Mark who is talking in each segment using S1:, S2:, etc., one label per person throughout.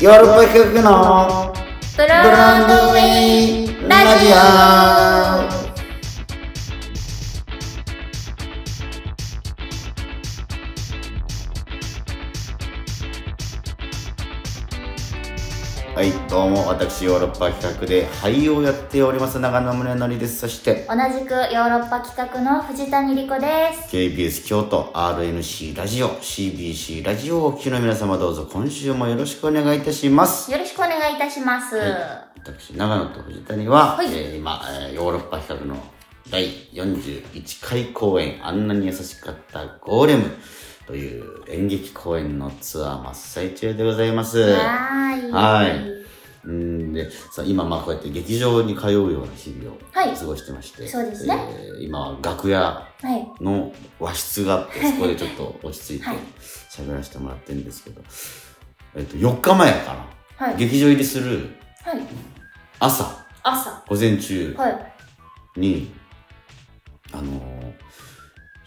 S1: ヨーロッパ企画の
S2: ブ
S1: ブ
S2: ラ
S1: ラ
S2: ン
S1: ン
S2: ド
S1: ド
S2: ウ
S1: ウェ
S2: ェイ
S1: イ
S2: ラ
S1: ラ
S2: ジ
S1: ジ
S2: オ
S1: はいどうも私ヨーロッパ企画で俳優をやっております長野宗則ですそして
S2: 同じくヨーロッパ企画の藤谷莉子です
S1: KBS 京都 RNC ラジオ CBC ラジオをお聞きの皆様どうぞ今週もよろしくお願いいたします
S2: よろしくお願いいたします。は
S1: 私長野と藤谷は、
S2: はい
S1: えー今、えーヨーロッパ企画の第41回公演「あんなに優しかったゴーレム」という演劇公演のツアー真っ最中でございます
S2: ーい。
S1: はいうんでさ今まあこうやって劇場に通うような日々を
S2: はい
S1: 過ごしてまして、
S2: そうですね
S1: えー今は楽屋
S2: はい。
S1: の和室があ ってそこでちょっと落ち着いて
S2: はい
S1: 喋らせてもらってるんですけど、えっと、4日前かな、
S2: はい。はい。
S1: 劇場入りする朝
S2: 朝。
S1: 午前中
S2: はい。
S1: に、あのー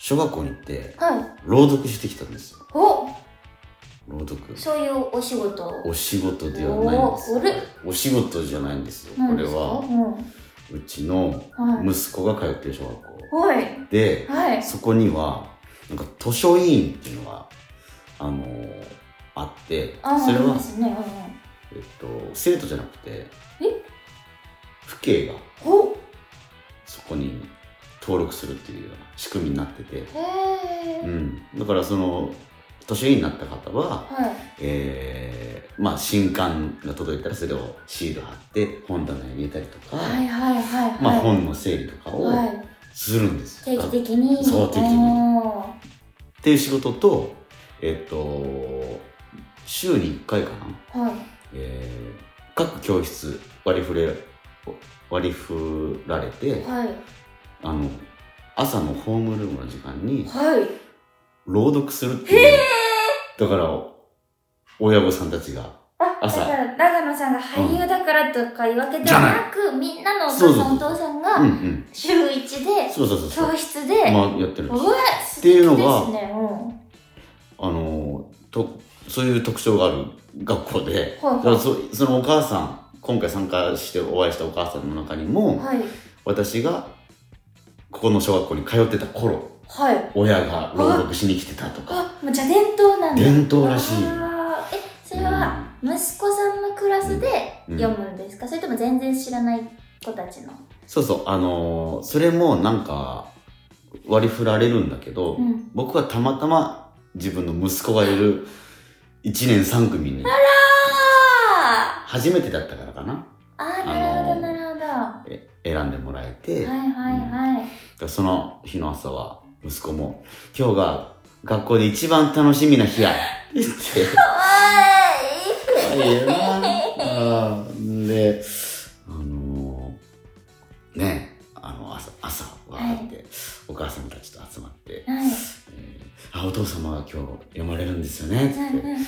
S1: 小学校に行って
S2: はい。
S1: 朗読してきたんですよ
S2: お
S1: 朗読
S2: そういうお仕事を。
S1: お仕事ではないんです
S2: おーあれ
S1: お仕事じゃないんですよ
S2: な
S1: こ
S2: んで
S1: れ
S2: すか
S1: はうちの
S2: うん。はい。
S1: 息子が通ってる小学校
S2: はい。
S1: で
S2: はい。
S1: そこにはなんか図書委員っていうのが、あのーあって
S2: あー
S1: それ
S2: あり
S1: は
S2: ま、すね。
S1: えっと、生徒じゃなくて父兄が
S2: うんうんお
S1: そこに登録するっていうような仕組みになってて、
S2: へ
S1: う
S2: ー
S1: ん、だからその図書委員になった方は、
S2: はい。
S1: えーまあ、新刊が届いたらそれをシール貼って本棚に入れたりとか、
S2: はいはいはいはい。
S1: まあ、本の整理とかを
S2: はい。
S1: するんです
S2: 定
S1: よ、
S2: 期的に。
S1: そう定期的に
S2: おー
S1: っていう仕事と、えっと、週に1回かな、
S2: はい。
S1: えー各教室割り振れ、割り振られて、
S2: はい。
S1: あの、朝のホームルームの時間に
S2: はい。
S1: 朗読するっていう。だから、親御さんたちが、
S2: あ、だ
S1: 朝
S2: から、長野さんが俳優だからとかいうわけで
S1: じゃ
S2: は
S1: ない
S2: なく、みんなのお
S1: そうそう
S2: 父さ
S1: そ
S2: ん
S1: う
S2: お父さん
S1: うんう
S2: が、
S1: ん。
S2: 週一で、
S1: そうそうそうそう。
S2: 教室で、うわ、
S1: まあ、やってるんです。
S2: 素
S1: ていう
S2: 敵
S1: の
S2: で
S1: が
S2: すね。うん
S1: あのーと、そういう特徴がある学校で、
S2: はい
S1: だからそそのお母さん、今回参加してお会いしたお母さんの中にも、
S2: はい。
S1: 私がここの小学校に通ってた頃
S2: はい。
S1: 親が朗読しに来てたとか
S2: あ、もうじゃあ伝統なんだ。
S1: 伝統らしい
S2: あーえ、それは、息子さんのクラスで
S1: うん
S2: 読むんですか、それとも全然知らない子たちの。
S1: そうそうあのーそれもなんか割り振られるんだけど、
S2: うん。
S1: 僕はたまたま自分の息子がいる1年3組に
S2: あ
S1: 初めてだったからかな
S2: ーあー、なるほ
S1: あの
S2: ど、
S1: ー
S2: なるほど。は
S1: え選んでもらえて、
S2: いはいはい。
S1: でその日の朝は息子も「今日が学校で一番楽しみな 日や」って言って。
S2: かわい
S1: あ
S2: い
S1: いいな。あーで、あのーね、あの朝、朝、わーって、お母さんたちと集まって、
S2: はい。
S1: えーあ、お父様が今日読まれるんですよね、つ
S2: うん
S1: っ
S2: うん
S1: て、
S2: うん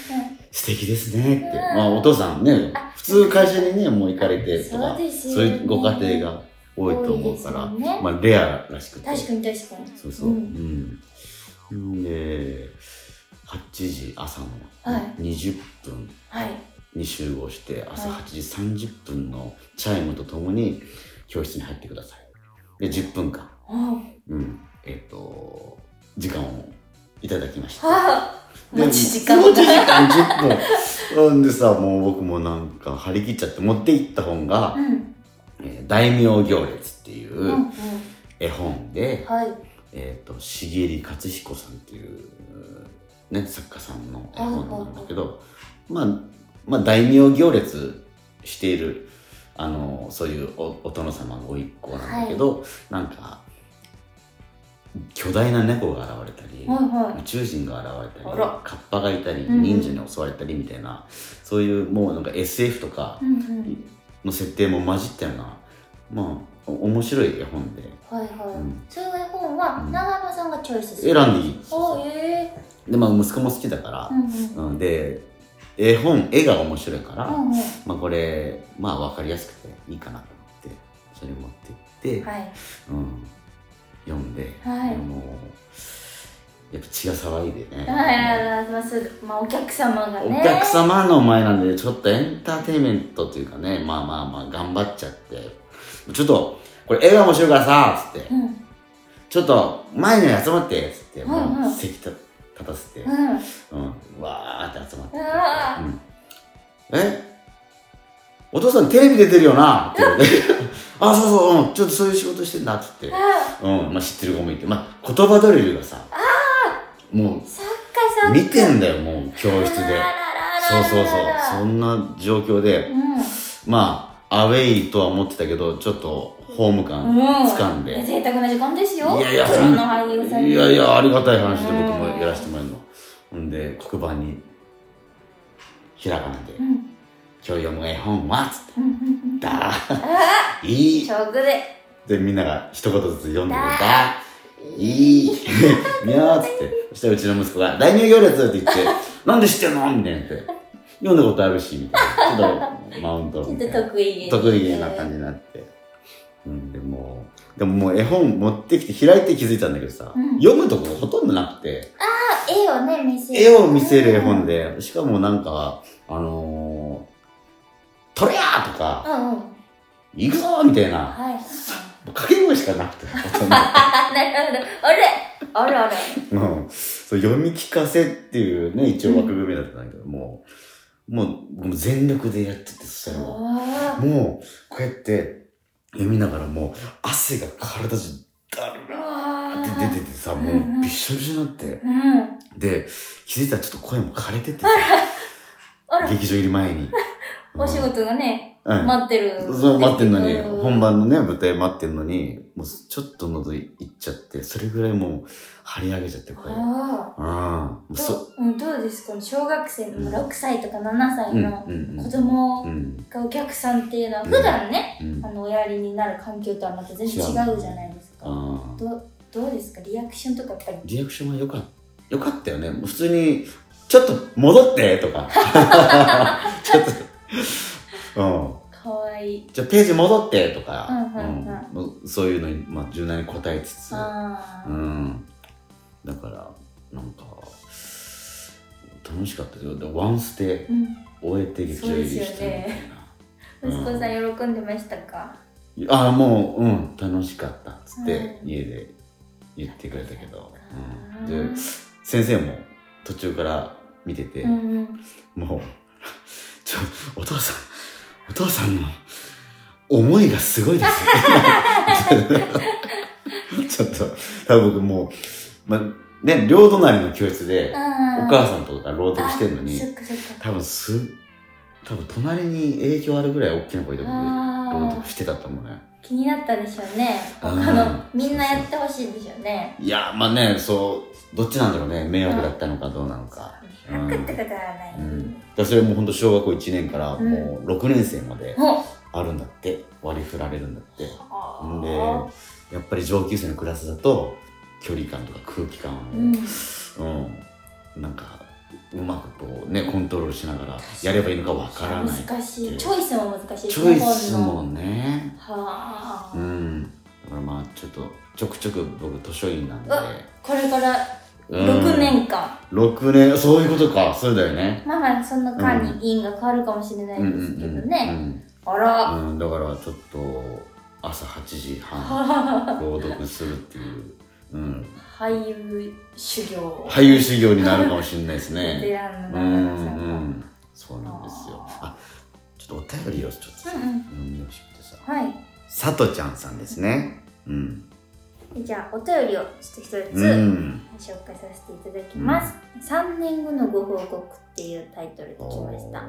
S1: 素敵ですね、って。
S2: うん
S1: まあ、お父さんね
S2: あ、
S1: 普通会社にね、もう行かれてと
S2: そう
S1: か、
S2: ですよ
S1: そう
S2: ね
S1: いうご家庭が多いと思うから、
S2: 多いですよね
S1: まあ、レアらしくて。
S2: 確かに確かに。
S1: そうそう。うんん。で、8時朝の
S2: はい
S1: 20分
S2: はい。
S1: に集合して朝
S2: はい
S1: 8時30分のチャイムとともに教室に入ってくださいで10分間、
S2: あ
S1: うんえっと時間をいただきました
S2: あ
S1: で
S2: 持ち時間
S1: 持ち時間10分なんでさもう僕もなんか張り切っちゃって持って行った本が
S2: うん。
S1: 「えー大名行列」ってい
S2: うん。
S1: う
S2: う。
S1: ん絵本で、
S2: はい。
S1: えっと重利勝彦さんっていう、ね、作家さんの絵本なんだけど、まあ、まあ大名行列しているあのそういうおお殿様ご一行なんだけど、なんか巨大な猫が現れたり、
S2: はいは
S1: 宇宙人が現れた
S2: あ
S1: り
S2: ら
S1: カッパがいたり
S2: うん
S1: 忍者に襲われたりみたいな、そういうもうなんか SF とか
S2: い。うんうん。
S1: の設定も混じったような、まあ、お面白い絵本で
S2: はいうは
S1: ん
S2: い。そういう本は、
S1: うん
S2: 長野さんがチョイスす
S1: 選
S2: る。
S1: んでいい
S2: おええ。
S1: でまあ息子も好きだから
S2: う、んうん。
S1: うん、で絵本絵が面白いから、
S2: うんうん。
S1: まあこれまあ分かりやすくていいかなと思ってそれ持って行って、
S2: はい。
S1: うん、読んで、
S2: はい
S1: でもやっぱ血が騒いでね、
S2: はいはいはいまあそうまあお客様がね
S1: お客様の前なんでちょっとエンターテインメントというかねまあまあまあ頑張っちゃってちょっとこれ映画面白いからさつって
S2: うん
S1: ちょっと前に集まってつっても
S2: うんう
S1: うん席立たせて、うん
S2: うん
S1: わーって集まって
S2: うわ
S1: うんえお父さんテレビ出てるよなって 言ってあそうそう、うん、ちょっとそういう仕事してんだっつって
S2: あ
S1: うんまあ、知ってる子もいて、まあ、言葉ドリルがさもう
S2: そっかそっか
S1: 見てんだよもう教室で
S2: あららららら
S1: そうそうそうそんな状況でまあアウェイとは思ってたけどちょっとホーム
S2: うん
S1: 感
S2: うん
S1: 掴んで、
S2: 贅沢な時間ですよ
S1: いやいや
S2: プロの俳優さんに
S1: いやいやありがたい話で僕もやらせてもらえるの、ほんで黒板にひらがなで
S2: うん
S1: 「今日読む絵本は?」つって
S2: うんうんう
S1: 「
S2: ん
S1: だ
S2: ああ
S1: ーいい
S2: 食で」
S1: でみんなが一言ずつ読んでくれ
S2: だー
S1: たいいにゃーっつってそしたらうちの息子が「大名行列」って言って「なんで知ってんの?」みたいになって「読んだことあるし」みたいなちょっとマウント
S2: ちょっ
S1: みたい
S2: と
S1: な
S2: 得意げに
S1: 得意げな感じになって、うん、でもでももう絵本持ってきて開いて気づいたんだけどさ、
S2: うん
S1: 読むとこほとんどなくて
S2: 絵をね見せる
S1: 絵を見せる絵本でしかもなんかあのー「とれや!」とか
S2: うんうん
S1: 「行くぞ!」みたいな
S2: はい
S1: 掛け声しかなくてほとんど。
S2: あなるほどあれあれあれ
S1: うん、そう読み聞かせっていうね一応枠組みだったんだけど、もうもうもう全力でやっててそしたらも
S2: あ
S1: うこうやって読みながらもう汗が体中だる
S2: ーあ
S1: ーって出ててさも
S2: うんう
S1: うんびっしょびしょになって
S2: うん
S1: で気づいたらちょっと声も枯れててさ
S2: あら
S1: 劇場入り前に
S2: お仕、事がね
S1: うんうん
S2: 待ってる
S1: そう待ってんのに
S2: うん
S1: 本番のね舞台待ってんのにもうちょっと喉いっちゃってそれぐらいもう張り上げちゃって声うん
S2: あ
S1: もう
S2: あ
S1: そ
S2: どう,、うん、どうですか小学生
S1: うん
S2: の6歳とか7歳の子供
S1: うん
S2: がお客さんっていうのは
S1: うん
S2: 普段ね、
S1: うんうん
S2: あのおやりになる環境とはまた全然違うじゃないですか、
S1: あー
S2: どうどうですかリアクションとかやっぱり
S1: リアクションは良かった良かったよね普通に「ちょっと戻って」と かちょっと、
S2: かわいい
S1: うん、じゃあページ戻ってとか、
S2: うんうん
S1: うんそういうのに、まあ、柔軟に答えつつ、
S2: あ
S1: う
S2: ー
S1: ん、だからなんか楽しかったけどでもワンステ
S2: うん、
S1: 終えて劇場入りしてみたいな。うん
S2: 息子さん喜んでましたか、
S1: ああもううん楽しかったっつって
S2: う
S1: 家で言ってくれたけど、うん
S2: うん
S1: で先生も途中から見てて、
S2: うんうん、
S1: もう ちょお父さんお父さんの思いがすごいです ちょっと多分僕もう、まあね、両隣の教室でお
S2: お
S1: 母さんとか朗読してるの
S2: そ
S1: に
S2: っかそっか
S1: 多分す多分隣に影響あるぐらい大きな声で僕
S2: あー
S1: 朗読してたと思うね。
S2: 気になったでしょうね
S1: うん
S2: 他のみんなやってほしいでしょうね
S1: いやまあねそうどっちなんだろうね迷惑だったのかどうなのか,、うん
S2: 楽ってことはない、
S1: うん、だからそれも本当小学校1年から
S2: うん
S1: もう6年生まで
S2: お
S1: あるんだって、割り振られるんだって
S2: あー
S1: んでやっぱり上級生のクラスだと距離感とか空気感を、う
S2: う
S1: んんなんかうまくこうねコントロールしながらやればいいのかわからない
S2: 難しいチョイスも難しい
S1: チョイスも
S2: は
S1: ね
S2: あ、
S1: うんだからまあちょっとちょくちょく僕図書院なんで
S2: うわこれから
S1: うん
S2: 6年間、
S1: 6年そういうことかそうだよね
S2: まあまあその間に議員が変わるかもしれないですけどね、あら、
S1: うんうんうんだからちょっと朝8時半 朗読するっていう、うん、
S2: 俳優修行
S1: 俳優修行になるかもしれないです
S2: ベテ
S1: ね
S2: ラン
S1: う
S2: の
S1: ん
S2: 中野さん
S1: う
S2: が
S1: んそうなんですよあちょっとお便りをちょっとさ
S2: うんうん
S1: 読んでほしくてさ
S2: はい
S1: さとちゃんさんですねうん
S2: じゃあお便りをちょっと一つ、
S1: うん
S2: 紹介させていただきます、3年後のご報告っていうタイトルで来ました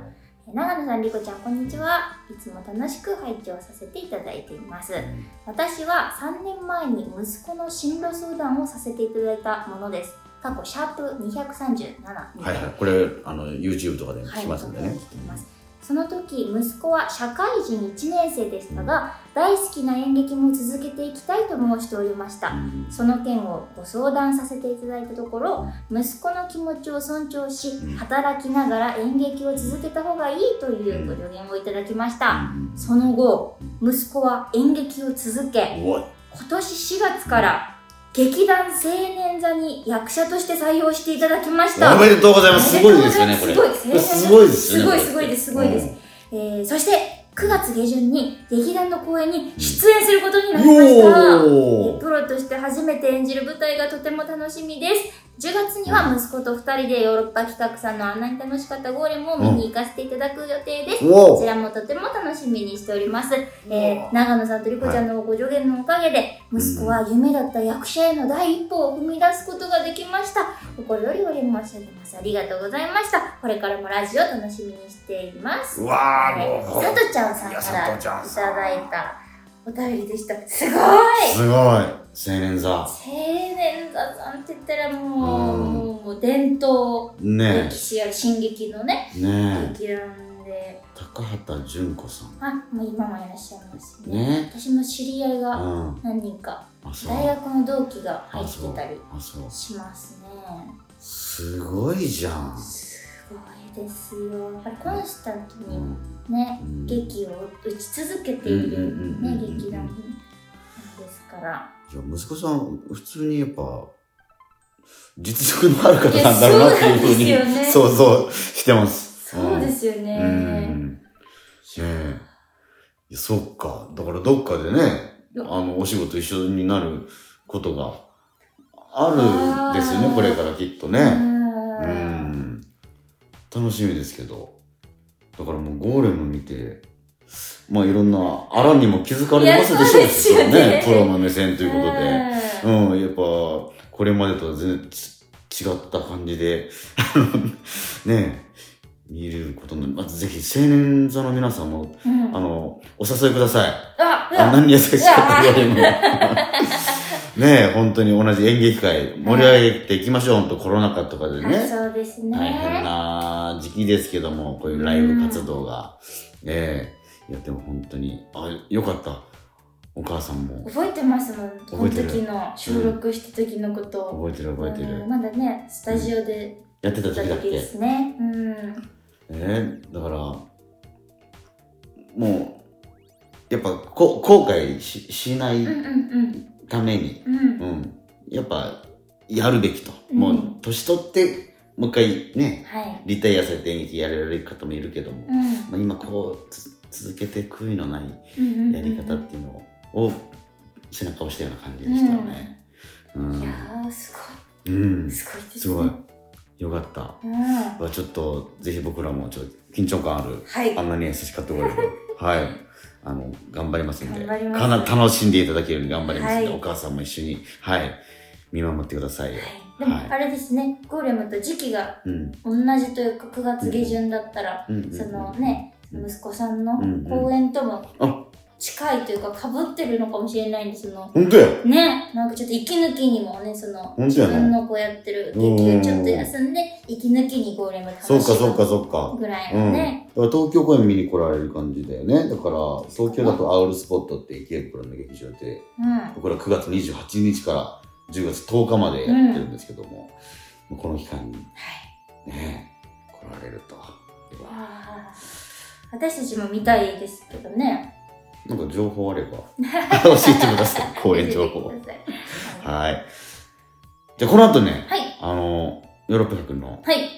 S2: 長野さんりこちゃんこんにちはいつも楽しく拝聴させていただいています
S1: うん
S2: 私は3年前に息子の進路相談をさせていただいたものです過去シャープ237に
S1: はいはいこれあの YouTube とかで聞きますんでね、
S2: はい聞きますその時息子は社会人1年生でしたが、大好きな演劇も続けていきたいと申しておりました、
S1: うん
S2: その件をご相談させていただいたところ息子の気持ちを尊重し
S1: うん
S2: 働きながら演劇を続けた方がいいというご助言をいただきました
S1: うん
S2: その後息子は演劇を続け
S1: おい
S2: 今年4月から劇団青年座に役者として採用していただきました。
S1: おめでとうございます。すごいですよね、こ
S2: おめ
S1: れ
S2: でとうございます。
S1: すごいですよね。。
S2: すごいですすごいですすごいですえー、そして、9月下旬に劇団の公演に出演することになりました。
S1: よー
S2: プロとして初めて演じる舞台がとても楽しみです。10月には息子と2人でヨーロッパ企画さんのあんなに楽しかったゴーレムを見に行かせていただく予定です。こ
S1: お
S2: ち
S1: ー
S2: らもとても楽しみにしております。えー、長野さんとリコちゃんのご助言のおかげで、
S1: うん
S2: 息子は夢だった役者への第一歩を踏み出すことができました。心よりお礼申し上げます。ありがとうございました。これからもラジオ楽しみにしています。
S1: うわー、
S2: えー
S1: もう
S2: さとちゃんさん
S1: い
S2: か
S1: や佐
S2: らい
S1: 藤ちゃん
S2: ただいたお便りでした。すごい
S1: すごい。青年座。
S2: 青年座さんって言ったらもう、
S1: うん
S2: もうもう伝統、
S1: ね
S2: 歴史ある進撃のね、
S1: え。ねえ。
S2: 劇団で、
S1: 高畑純子さん。
S2: あ、もう今もいらっしゃいますね。
S1: ね
S2: 私も知り合い
S1: うん。
S2: が
S1: あ、
S2: 何人か、
S1: そう。
S2: 大学の同期が入
S1: あ、
S2: って
S1: そう。
S2: たり
S1: あ、そう。
S2: しますね。
S1: すごいじゃん。
S2: すごいですよ。やっぱりコンスタント
S1: う
S2: に
S1: ん。
S2: ね、
S1: うん
S2: 劇を打ち続けて
S1: うん
S2: い
S1: うん
S2: る、
S1: うんうん
S2: ね、
S1: うんうん
S2: 劇団ですから。
S1: いや息子さん普通にやっぱ実力のある方
S2: いや
S1: なんだろうなっていうふうに
S2: そうなんですよ
S1: 想像してます。
S2: そうですよ
S1: う
S2: ね。
S1: んうん。ねえ。いやそっか。だからどっかでね、
S2: いや
S1: あの、お仕事一緒になることがあるんですよ
S2: あー
S1: ね、これからきっと
S2: う
S1: ね。うんん。楽しみですけど。だからもうゴーレム見て、まあいろんな、あらにも気づかれますでしょうし
S2: いやそうですよね
S1: それはプロの目線ということで。
S2: うん
S1: うん、やっぱ、これまでとは全然ち違った感じで、 あのねえ、見ることの、まずぜひ青年座の皆さんも、
S2: うん
S1: あの、お誘いください。
S2: あ、
S1: あんなに優しかった言われも。 ねえ、本当に同じ演劇界、盛り上げていきましょう。本当コロナ禍とかで
S2: うんあ
S1: ね、
S2: そうですね。
S1: 大変な時期ですけども、こういうライブ活動が。ねえ、いや、でも本当に、あ、よかった。お母さんも、
S2: 覚えてますもん、こ
S1: 覚
S2: の
S1: えてる
S2: 時の収録した時のことを。
S1: 覚えてる覚えて
S2: う
S1: る
S2: ん。まだね、スタジオで
S1: やってた
S2: 撮った
S1: 時だっ
S2: 時で
S1: け
S2: すね。うん。
S1: ねだからもうやっぱこ後悔ししな
S2: うんう
S1: い
S2: ん
S1: ために、
S2: うん。うん
S1: う。ん、やっぱやるべきと、
S2: うん
S1: もう年取ってもう一回ね
S2: はい。
S1: リタイアされて演劇やられる方もいるけども、
S2: うん
S1: まあ、今こうつ続けて悔いのない
S2: うんうんうん。
S1: やり方っていうのを背中を押したような感じでしたよね。うん
S2: いやー、すご
S1: うん
S2: い。すごいですね。
S1: すごいよかった
S2: うん。は
S1: まあちょっとぜひ僕らもちょっと緊張感ある
S2: い
S1: あ。んなに優しかったから、 はい。あの、頑張りますんで、
S2: 頑張ります
S1: かな楽しんでいただけるように頑張りますんで、
S2: はい
S1: お母さんも一緒に、はい、見守ってくださいよ。
S2: でも、
S1: はい
S2: あれですね、ゴーレムと時期が
S1: うん。
S2: 同じというか、9月下旬だったら、
S1: うんうん
S2: そのね、
S1: うん
S2: 息子さんの
S1: うんうん
S2: 公演と
S1: あ
S2: も近いというか、かぶってるのかもしれないんですの。
S1: 本当や
S2: ね、なんかちょっと息抜きにもね、その、
S1: 本当
S2: 自
S1: やな
S2: 分のこうやってる劇をちょっと休んで、息抜きにゴーレム楽し
S1: そうか、そうか、
S2: む
S1: そうか。
S2: ぐらい
S1: うん。
S2: の
S1: だ
S2: ね。
S1: から東京公演見に来られる感じだよね。だから、東京だとアウルスポットって池袋の劇場で、
S2: うん。
S1: 僕ら9月28日から10月10日までやってるんですけども、もうこの期間に
S2: はい。
S1: ね、来られると。
S2: わあ私たちも見たいですけど ね。
S1: なんか情報あれば、 教えてくださ い。公演情報。
S2: 教えてくだ
S1: は
S2: さい
S1: い。じゃあ、この後ね、
S2: はい。
S1: あの、ヨーロッパ百の
S2: はい。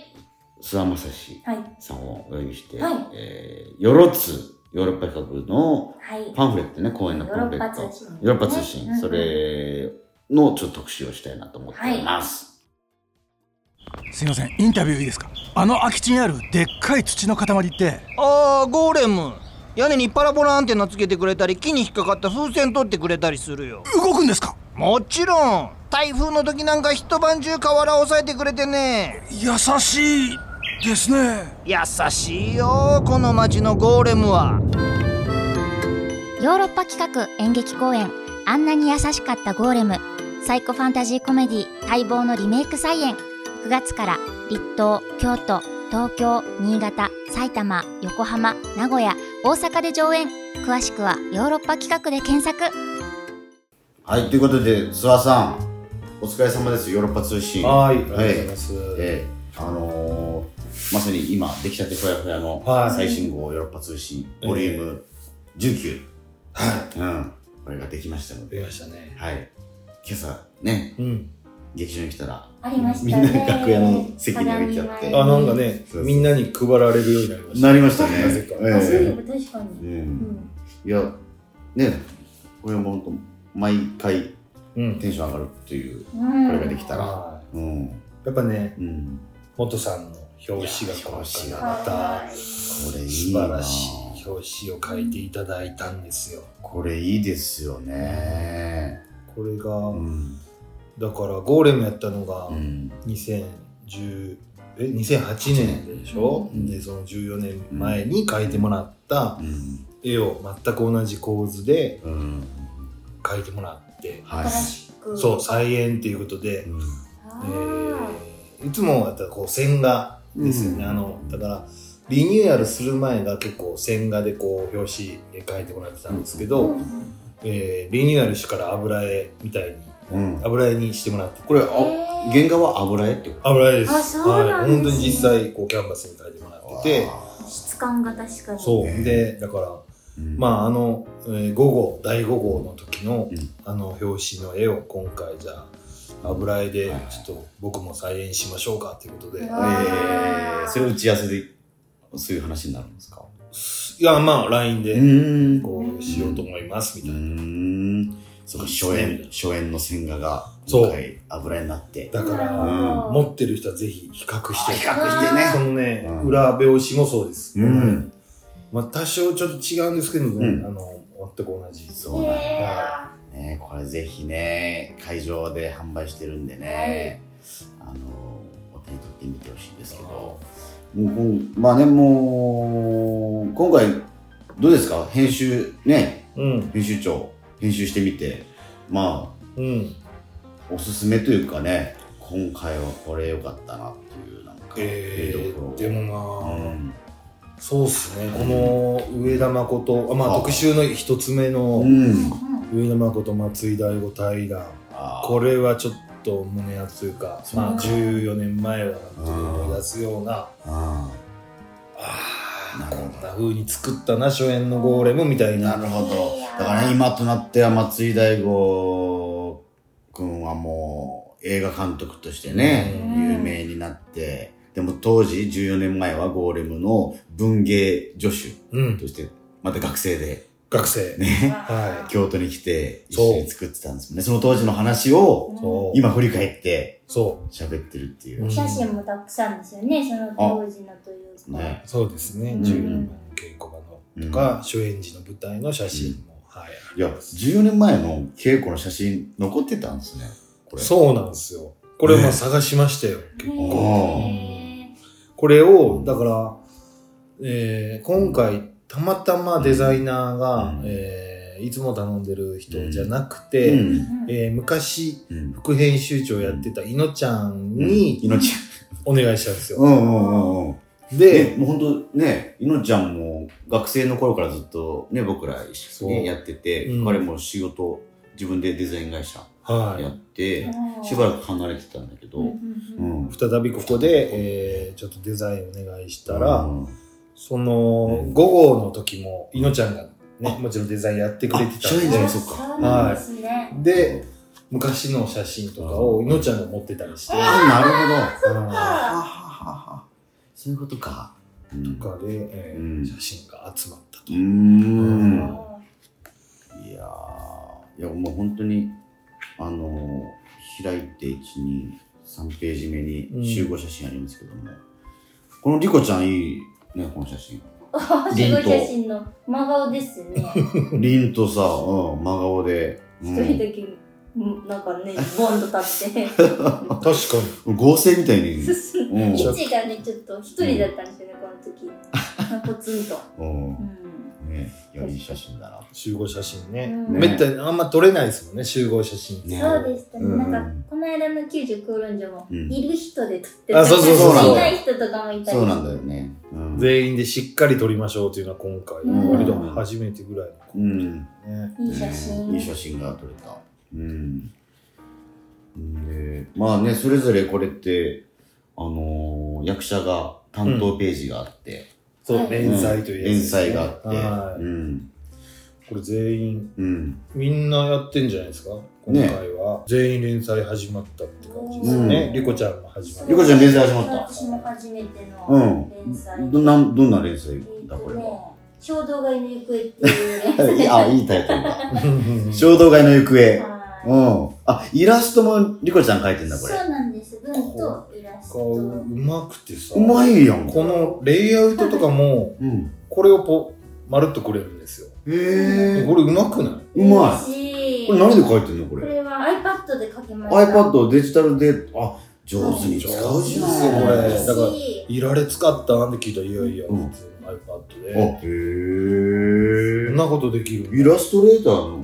S1: 諏訪正史
S2: はい。
S1: さんをお呼びして、
S2: はい
S1: えー、ヨロツ、ヨーロッパ百の
S2: はい。
S1: パンフレットね、公演の
S2: ヨ
S1: パン
S2: ー
S1: フ
S2: ロッ
S1: レッ
S2: パ
S1: ト。
S2: 通信、
S1: ヨーロッパ通信、
S2: ねうん
S1: それのちょっと特集をしたいなと思っています。
S3: すいませんインタビューいいですかあの空き地にあるでっかい土の塊って
S4: ああゴーレム屋根にパラボラアンテナつけてくれたり木に引っかかった風船取ってくれたりするよ
S3: 動くんですか
S4: もちろん台風の時なんか一晩中河原押さえてくれてね
S3: 優しいですね
S4: 優しいよこの町のゴーレムは
S5: ヨーロッパ企画演劇公演「あんなに優しかったゴーレム」サイコファンタジーコメディ待望のリメイク再演9月から立東京都東京新潟埼玉横浜名古屋大阪で上演詳しくはヨーロッパ企画で検索
S1: はい、ということで、諏訪さん、お疲れ様です、ヨーロッパ通信。
S6: はい、ありがとうございます。
S1: えーあのーまさに今、出来たてふやふやの
S6: はい
S1: 最新号、ヨーロッパ通信、ボリューム19。はい。うん。これができましたので。
S6: 出ましたね。
S1: はい。今朝ね
S6: うん。
S1: 劇場に来たら
S2: ありまし
S1: み
S2: た
S1: ん
S2: ね
S1: なで楽屋の席に置いちゃって
S6: あ、なんかね
S1: そうそう、
S6: みんなに配られるようになりました。
S1: なりましたねえ
S6: なぜか
S1: え
S2: あそういえば確かに、
S1: う
S2: うんん、
S1: いやねこれはもうほんと毎回
S6: うん。
S1: テンション上がるっていうこ
S2: うん
S1: れができたら
S6: は
S1: うん
S6: いやっぱね、
S1: うん、
S6: 元さんの表紙が今回ま
S2: か
S6: た
S2: わいい
S1: これい
S6: 素
S1: いな
S6: 晴らしい表紙を書いていただいたんですよ。
S1: これいいですよね
S6: これが、
S1: うん
S6: だからゴーレムやったのが
S1: うん
S6: 2010え2008年でしょ、
S1: うん
S6: でその14年前に描いてもらった
S1: うん
S6: 絵を全く同じ構図で
S1: うん
S6: 描いてもらって、
S1: はい
S2: 新しく
S6: そう再演っていうことで、
S1: うん
S2: あ
S6: え
S2: ー
S6: ーいつもやったらこう線画ですよね、
S1: うん
S6: あのだからリニューアルする前が結構線画でこう表紙で描いてもらってたんですけど、
S2: うん
S6: えーリニューアルしてから油絵みたいに
S1: うん
S6: 油絵にしてもらって
S1: これあ
S2: へー
S1: 原画は油絵ってこと
S6: 油絵です
S2: あそうなんですね
S6: はい、本当に実際こうキャンバスに描いてもらってて
S2: 質感が確かに
S6: そう、
S1: ね
S6: でだから
S1: うん
S6: まああの、え5号第5号の時の、
S1: うん
S6: あの表紙の絵を今回じゃあ油絵でちょっと僕も再演しましょうかっていうことで、
S2: う
S6: い
S2: わ
S1: えー、それ打ち合わせでそういう話になるんですか
S6: やまあ LINE
S1: う
S6: で
S1: ーんう
S6: こうしようと思いますみたいな、
S1: ーんそうか初演初演の線画が
S6: そう
S1: 今回油絵になって
S6: だか
S2: なる
S6: ら
S2: ほど
S6: 持ってる人はぜひ比較して
S1: あ比較してね
S6: そのね、
S1: うん
S6: 裏表紙もそうです、
S1: うん
S6: まあ、多少ちょっと違うんですけどね、
S1: うん
S6: あの全く同じ
S1: そうなん
S2: へ
S6: は
S1: ねこれぜひね会場で販売してるんでね、あのお手に取ってみてほしいんですけどもうこんまあねもう今回どうですか編集ね
S6: うん
S1: 編集長編集してみてまあ
S6: うん
S1: おすすめというかね今回はこれ良かったなっていうなんか
S6: え
S1: 見どころ
S6: ー、でもなあ、
S1: うん
S6: そうっすねこの上田誠あま
S1: あ
S6: あ特集の一つ目の
S1: うん
S6: 上田誠松井大悟対談
S1: あー
S6: これはちょっと胸熱というか
S1: そう
S6: まあ14年前は思い出すような
S1: あ
S6: あ
S1: な
S6: ー
S1: る
S6: こ
S1: ほど
S6: んな風に作ったな初演のゴーレムみたい
S1: ーな
S6: な
S1: るほどだからね今となっては松井大悟君はもう映画監督としてね、
S2: うん
S1: 有名になってでも当時14年前はゴーレムの文芸助手
S6: うん
S1: としてまた学生で
S6: 学生
S1: ね
S6: は
S1: 京都に来て一
S6: そう
S1: 緒に作ってたんですもんねその当時の話を
S6: そう
S1: 今振り返って
S6: そう
S1: 喋ってるっていう、
S6: うん
S2: 写真もたくさんですよねその当時のというか、
S1: ね
S6: そうですね
S2: うん
S6: 14年前の稽古場のとか初演時の舞台の写真もはい
S1: いや14年前の稽古の写真残ってたんですねこれ
S6: そうなんですよこれ
S1: ね
S6: も探しましたよ結構
S2: へ
S6: これを、だから、えー今回、たまたまデザイナーが、
S1: うん
S6: えーいつも頼んでる
S1: う
S6: 人
S1: ん
S6: じゃなく
S1: う
S6: て、
S1: ん
S2: ー
S6: えー昔、
S1: うん
S6: 副編集長やってたいのちゃん
S1: に
S6: に
S1: 命
S6: お願いしたんですよ。
S1: うんうんうんうんで
S6: で、
S1: もう本当ねいのちゃんも学生の頃からずっとね僕ら一緒に
S6: そう
S1: ねやってて、
S6: うん
S1: 彼も仕事自分でデザイン会社や
S6: は
S1: って、
S2: うん
S1: しばらく離れてたんだけど、
S2: う
S1: うん
S2: うんんうん
S6: い。再びここで、えーちょっとデザインお願いしたら、
S1: うん
S6: その、
S1: うん
S6: 5号の時も、いのちゃんがね、もちろんデザインやってくれてたん
S1: あ初演
S6: で
S1: 時も
S2: あ
S1: そっか
S2: そうなんですね、
S6: で、昔の写真とかをいのちゃんが持ってたりして、
S1: あなるほどは
S6: うん
S1: はははそういうことかうん
S6: とかで、えー
S1: うん
S6: 写真が集まったと
S1: うーん
S6: うん
S1: いやーいやもう本当にあのー開いて123ページ目
S6: うん
S1: に集合写真ありますけども、このリコちゃんいいねこの写真
S2: あすごい写真の真顔ですね
S1: 凛とさ、うん、真顔で、う
S2: 一人
S1: ん、
S2: だけうんなんかねボンと立って
S6: 確か
S1: 合成みたいに、
S2: 進
S1: うん
S2: む位置がねちょっと一人だったんですよねこの時ポツンと、
S1: うん
S2: うん、
S1: ね、いやいい写真だな
S6: に集合写真ね、
S2: うん
S6: めったにあんま撮れないですもんね集合写真
S1: ね
S2: そうでしたね、
S1: うん
S2: なんかこの間の90空論所も、
S1: うん
S2: いる人で撮って
S6: あそうそう
S1: そうそう
S2: いない人とかもいたり
S1: そうなんだよね、うん、
S6: 全員でしっかり撮りましょうというのは今回、
S2: うん
S6: 割と初めてぐらいのこ
S1: うん、
S6: とね、
S2: いい写真、
S1: いい写真が撮れたうんでまあねそれぞれこれってあのー役者が担当ページがあって、
S6: そう
S2: はい
S6: 連載というやつ、
S1: 連載があって、
S6: はい
S1: うん
S6: これ全員
S1: うん
S6: みんなやってんじゃないですか今回は全員連載始まったって感じですよね。リコちゃんも始まっ
S1: リコちゃん連載始まった
S2: 私も初めて
S1: う
S2: の連載。
S1: んどんなどんな連載だこれは
S2: は。衝動買いの行方っていう連載。
S1: いや あいいタイトルだ
S6: た。
S1: 衝動買いの行方
S2: は
S1: うんあイラストもリコちゃん描いてん
S2: い
S1: だこ
S2: そ
S1: れ
S2: うなんです。文とイラス
S6: こうう
S2: ト。
S6: まくてさ、
S1: うまいやん
S6: このレイアウトとかも、
S1: うん
S6: これをぽまるっとくれるんですよ。
S1: へえ
S6: これうまくないう
S1: まい
S2: い
S1: これ何で描いてんのこ
S2: こ
S1: れ
S2: れは iPad で書きました。
S1: iPad をデジタルであ上手に使うじゃん
S6: 上手
S1: こ
S6: こ
S1: れ
S6: れ
S1: だ
S6: だからいられ使ったんって聞いたら、いやいや、
S1: うん
S6: 普通の iPad で。
S1: あへ
S6: そ
S1: え
S6: んなことできる
S1: イラストレーターの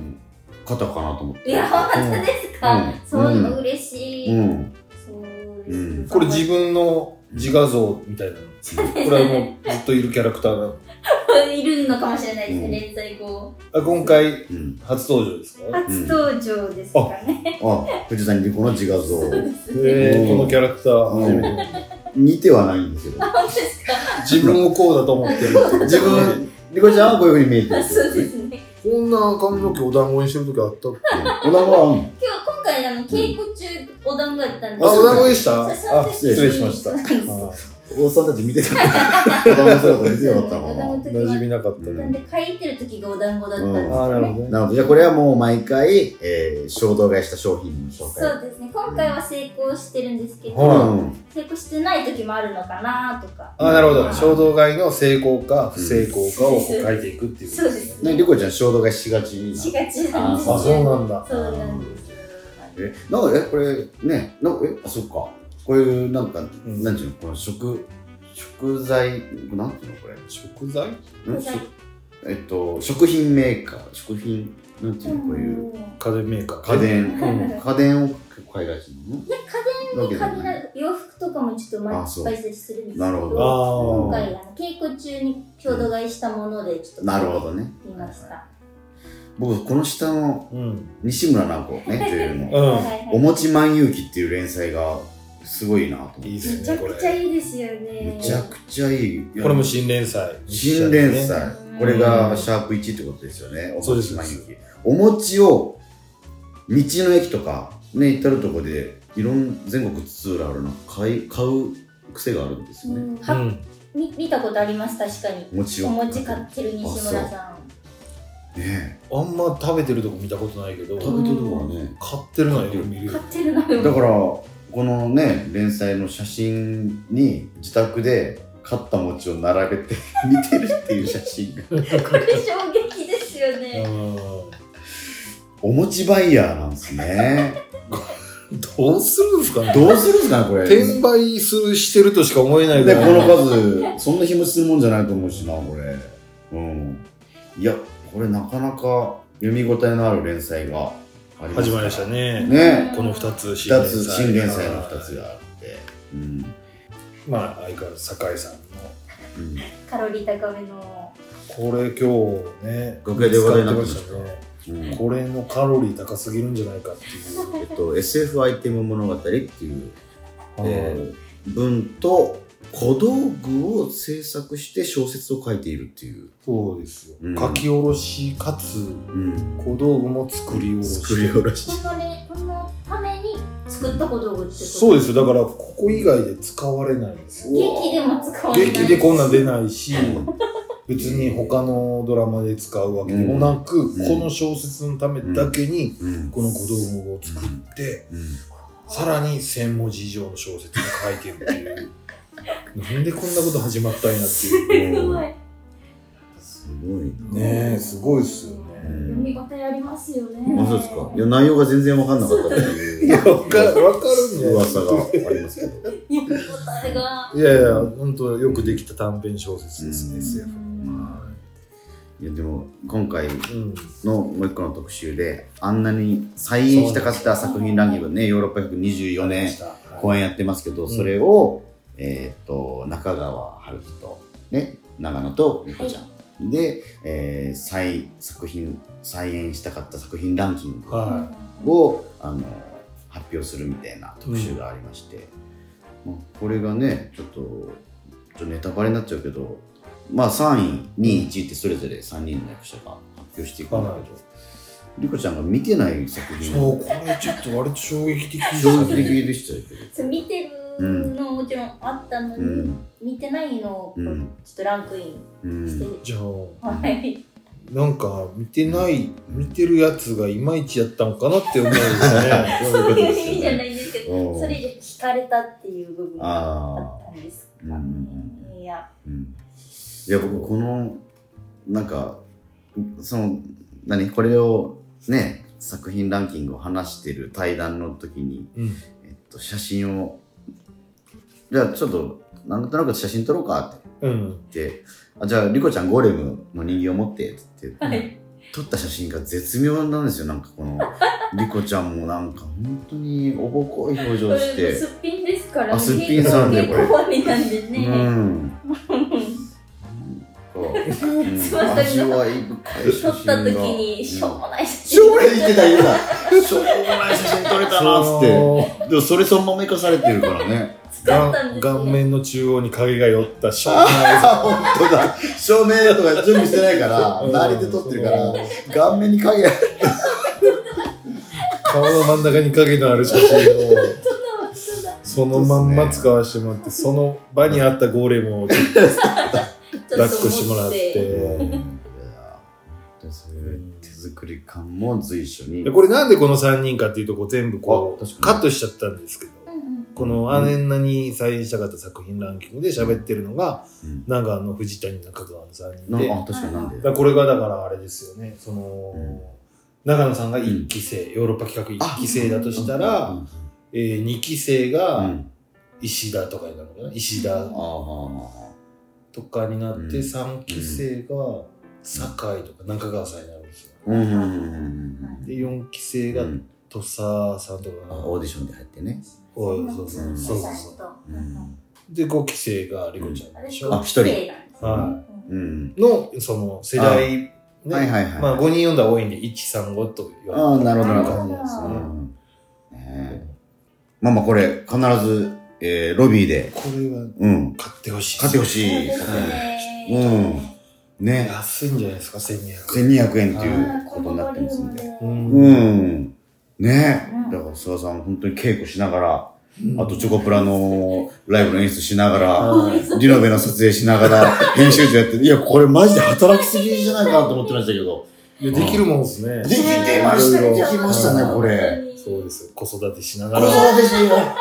S1: 方かなと思って
S2: いや、本当ですか
S1: うん。
S2: そういうの嬉し
S1: う
S2: い。
S1: ん
S2: そう
S1: うん
S6: これ自分の自画像みたいなの。これはもうずっといるキャラクターなの
S2: 分いるのかもしれないです
S1: うん
S2: ね、連載後。
S6: あ今回、
S1: うん
S6: 初登場ですか
S2: 初登場ですかね。
S1: あ藤谷莉子の自画像
S6: へえこのキャラクター初めて見た、
S1: 似てはないんですけど
S2: 本当ですか。
S6: 自分をこうだと思ってるって
S1: 自分莉子ちゃんはこういうふうに見えてるって
S2: そう
S1: こと
S2: で
S1: ね
S2: すね。
S6: こんな髪の毛お団子にしてる時あったっけ
S1: お名前はあんの
S2: 今日、今回、あの、稽古中、お団子やったんで。
S6: あ、
S1: そう
S6: お団子でした
S2: そうそう
S6: あ、失礼しま した。
S2: そう
S6: あ
S1: おっさんたち見てたお団子姿見てなかった
S2: お団
S1: の
S2: 子
S6: 馴染みなかった
S2: な
S6: ね。
S2: んで書いてる時がお団子だったんです
S1: うん
S6: あ、なる
S2: ね。
S6: ほどね。
S1: なるほどじゃあこれはもう毎回、えー、衝動買いした商品の紹
S2: そ
S1: 介
S2: うですね。今回は成功してるんですけ
S6: は
S2: ど、
S6: い
S1: うん
S2: 成功してない時もあるのかなとか。
S6: あ、なるほど。衝動買いの成功か不成功かをこう書いていくっていうこと
S2: そうです
S1: ね
S2: ね。
S1: 莉子ちゃん衝動買いしがちな
S2: しがちなんです
S1: あ
S2: よ。
S6: あ、そうなんだ。
S2: そうなんです。
S1: えなんかえこれねなんかえあそっかこういうなんか、
S6: ん
S1: なんていうのこの食食材なんていうのこれ
S6: 食材
S1: ん
S2: 食材
S1: 食えっと食品メーカー食品なんていうのこういう
S6: 家電メーカー。
S1: 家電
S2: うん
S1: 家電を結構買いがちなの
S2: いや、家電に限らず、洋服とかもちょっとま
S1: あそう
S2: 倍接するんですけど、
S1: なるほ
S6: あ
S1: ど
S6: ー
S2: 今回、あの稽古中に郷土買いしたもので、ちょっと
S1: なるほどね
S2: 見ました。
S1: 僕この下の
S6: うん。
S1: 西村直子ねというの
S6: うん。
S2: はいはいはい
S1: おもち万有記っていう連載がすごいなと思って
S6: いいです
S2: めちゃ
S6: ね、こ
S2: くちゃ
S6: れ。
S2: いいですよね。
S1: めちゃくちゃいいいや
S6: これも新連載。
S1: 新連載、
S2: うん
S1: これがシャープ1ってことですよね、お
S6: そうで
S1: 餅
S6: す
S1: 毎日お餅を道の駅とかね至るとこでいろん全国津々浦々の買い買う癖があるんですよ
S2: う
S1: ね、
S2: ん
S6: う
S2: は
S6: ん。
S2: 見見たことあります、確かに。
S1: お餅を
S2: お餅買ってる西村さん。
S1: ね
S6: あんま食べてるとこ見たことないけど、
S1: 食べてるとこはね、
S6: 買ってるのはよく見る
S2: 買。ってるなでも
S1: だからこのね連載の写真に自宅で買った餅を並べて 見てるっていう写真が
S2: これ衝撃ですよね。
S6: うん
S1: お餅バイヤーなんですね
S6: どうするんですかね
S1: どうするんですかねこれ
S6: 転売するしてるとしか思えないぐ
S1: で
S6: ら
S1: こ
S6: い
S1: の数そんな日持ちするもんじゃないと思うしなこれうんいやこれなかなか読み応えのある連載があります
S6: 始まりましたね
S1: ね
S6: この2つ新
S1: 2
S6: 連載
S1: つ新連載の2つがあってうん、
S6: まあ相変わらず酒井さんの
S1: うん、
S2: カロリー高めの。
S6: これ今日ね
S1: 楽屋で話題になってま
S6: 使
S1: し
S6: ったてましたね
S1: うん
S6: これのカロリー高すぎるんじゃないかってい
S1: え
S6: う
S1: っと SF アイテム物語っていう、え
S6: え
S1: ー文と小道具を制作して小説を書いているっていう、
S6: そうですよ、
S1: うん
S6: 書き下ろしかつ
S1: うん、
S6: 小道具も作り下ろし
S1: 作り下ろし
S2: このね、このために作った小道具ってこと
S6: そうですよだからここ以外で使われないんですよ
S2: 劇でも使われない。
S6: 劇でこんなん出ないし別に他のドラマで使うわけでもなく、
S1: うん
S6: この小説のためだけに
S1: うん
S6: この小道具を作って、
S1: うん
S6: さらに1000文字以上の小説も書いてるっていうなんでこんなこと始まったんやっていう
S2: すごい。
S1: すごいな
S6: ねえすごいっすよね
S2: 読み応えありますよね。
S1: あそうですか。いや、内容が全然わかんなかったっていう。
S6: いやわかわかるんだよ
S1: 噂がありますけど。
S2: 読み応えが。
S6: いやいや本当よくできた短編小説ですね、SF
S1: いや、でも、今回
S6: うん
S1: のもう一個の特集で、あんなに再演したかった作品ランキングね、ヨーロッパ124年公演やってますけど、
S6: ん
S1: それを、えーっと、中川春樹と、ね、長野と美子ちゃん。で、えー再作品、再演したかった作品ランキング。
S6: は
S1: をあの発表するみたいな特集がありまして、まあ、これがねちょっとちょっとネタバレになっちゃうけど、まあ、3位2位1位ってそれぞれ3人の役者が発表していくんだけど、リコちゃんが見てない作品
S6: そう、これちょっと割と衝撃的でしたね
S1: 衝撃的でしたけど。
S2: そう見てるのもちろんあったのに、
S1: うん。
S2: 見てないのをこう
S1: うん
S2: ちょっとランクイン
S1: う
S2: して
S1: ん。
S2: る、
S6: じゃあ、
S2: はい
S6: なんか見てない、見てるやつがいまいちやったのかなって思うんですね。
S2: そういう意味じゃないんですけど
S1: おう
S2: それで惹かれたっていう部分があ
S1: あ
S2: ったんです
S1: あ。うんう
S2: か、
S1: ん
S2: いや
S1: うん。うん。いや、僕、この、なんか、その、何これを、ね、作品ランキングを話してる対談の時に、
S6: うん
S1: えっと、写真を、じゃあちょっと、なんとなく写真撮ろうかって。
S6: う
S1: っ
S6: ん。
S1: てあじゃあリコちゃんゴーレムの人形を持ってって言って、
S2: はい
S1: 撮った写真が絶妙なんですよなんかこ のリコちゃんもなんか本当におぼこい表
S2: こ
S1: 情し
S2: れ
S1: て
S2: すっぴんですから
S1: あすっぴんさんねこれ
S2: 結構終わりなんで
S1: う
S2: ね、
S1: んこ
S2: す
S1: う
S2: いません
S1: 味わい深い写真
S2: 撮
S1: が
S2: った時にしょうもない写
S1: し
S2: 真
S1: ょうもない言ってた言ってたしょうもない写真撮れたなっつって
S6: そ
S1: でもそれそのまま生かされてるからね
S6: う
S2: 使ったんですね
S6: 顔面の中央に影が寄ったしょうがない
S1: あ本当だ照明とか準備してないから
S6: うん
S1: 周りで撮ってるから顔面に影
S6: 顔の真ん中に影のある写真をそのまんま使わせてもらってその場にあったゴーレムをちょっと抱っこしてもらっ
S1: いや
S6: て
S1: ーそういう手作り感も随所に
S6: でこれなんでこの3人かっていうとこ全部こ
S1: あ確
S6: う
S1: かに
S6: カットしちゃったんですけど
S2: うんうん
S6: このあねんなに再演したかった作品ランキングで喋ってるのが
S1: うん
S6: 長野藤谷中川の3人
S1: な
S6: で
S1: あ確かになんで
S6: だからこれがだからあれですよねその、
S1: うん
S6: 長野さんが1期生、ヨーロッパ企画1期生だとしたら、
S1: うん
S6: え2期生
S1: う
S6: が
S1: ん
S6: 石田とかになるのかな石田
S1: ああ
S6: とかになって、
S1: うん
S6: 3期生が堺とか中川さんになるんですよ。
S1: うんうんうん
S6: で4期生
S1: う
S6: が
S1: ん
S6: 土佐さんと
S1: あ
S6: か
S1: オー
S6: が、
S1: ディションで入ってね
S6: おいそうそうそうそう
S2: 写真と
S1: うん
S6: で5期生がリコちゃんでしょ、
S1: あ一人
S6: は
S1: うん
S6: のその世代、ね
S1: はいはいはい
S6: まあ、5人読んだら多いんで135と言
S1: あ
S6: わ
S1: あなるほどなるほ
S2: な
S1: ど
S2: る
S1: う
S2: ほど
S1: んねえまあまあこれ必ずえーロビー
S6: れ
S1: で
S6: てこれは
S1: うん
S6: 買ってほしい
S1: 買ってほし
S2: そう
S1: い
S2: ですね、
S1: うんね
S6: 安いんじゃないですか1200
S1: 1200円と
S2: う
S1: い
S2: ん
S1: う
S2: こ
S1: こと
S2: の
S1: にな
S2: ボ
S1: って
S2: リ
S1: る
S2: ュ
S1: んで
S2: ー
S1: すん
S2: ム
S1: で
S2: で、
S6: うん
S1: うん。ねえ。だ
S2: うん
S1: から、諏訪さん、本当に稽古しながら、あと、チョコプラのライブの演出しながら、リノベの撮影しながら、編集長やって、いや、これマジで働きすぎじゃないかなと思ってましたけど。
S6: いやできるもんですね
S1: できてましたね、
S6: いろい
S1: で
S6: ろ
S1: きましたね、これ。
S6: そうですよ子育てしな
S1: こ
S6: が
S1: れ
S6: ら
S1: 私、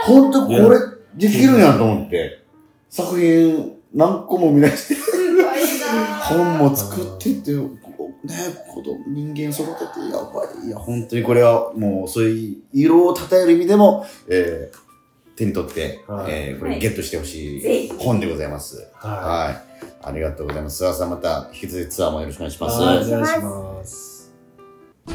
S1: 本当これ、できるんやと思って。作品、何個も見出して、
S2: すごいな
S1: 本も作ってって、こうね、子供、人間育てて、やばい。いや、本当にこれはもう、そういう色を称える意味でも、えー手に取って、
S6: はい
S1: えーこ
S2: は
S1: れ
S2: い
S1: ゲットしてほし
S2: ぜ
S1: い
S2: ひ
S1: 本でございます。
S6: は
S1: はい。ありがとうございます。諏訪さん、また引き続きツアーもよろしくお願いし
S6: い
S1: ます。
S6: はい
S1: は
S6: お願いします
S1: い、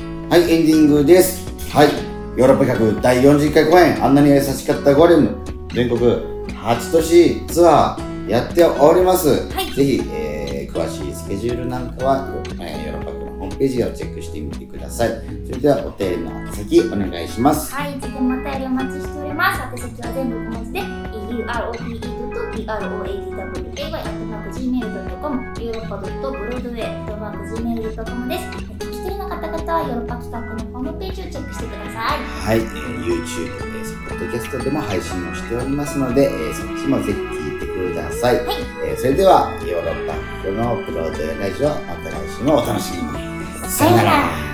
S1: エンディングです。はい。ヨーロッパ企画第41回公演、あんなに優しかったゴーレム、全国8都市ツアーやっております。
S2: は
S1: ぜ
S2: い
S1: ひ、えー詳しいスケジュールなんかは、えーヨーロッパ企画のホームページをチェックしてみてください。それでは、お手入れの宛先お願いします。
S2: はい、次回お便りお待ちしております。宛先は全部小文字で、europe.broadway.gmail.com、europa.broadway.gmail.com です。お聞き取りの方々はヨーロッパ企画のホームページをチェックしてください。
S1: はい、えー YouTube、えー、ポッドキャストでも配信をしておりますので、えーそっちもぜひ聞いてください。
S2: はい
S1: えーそれでは、ヨーロッパのプロデューラジオ、また来週もお楽しみに。
S2: さようなら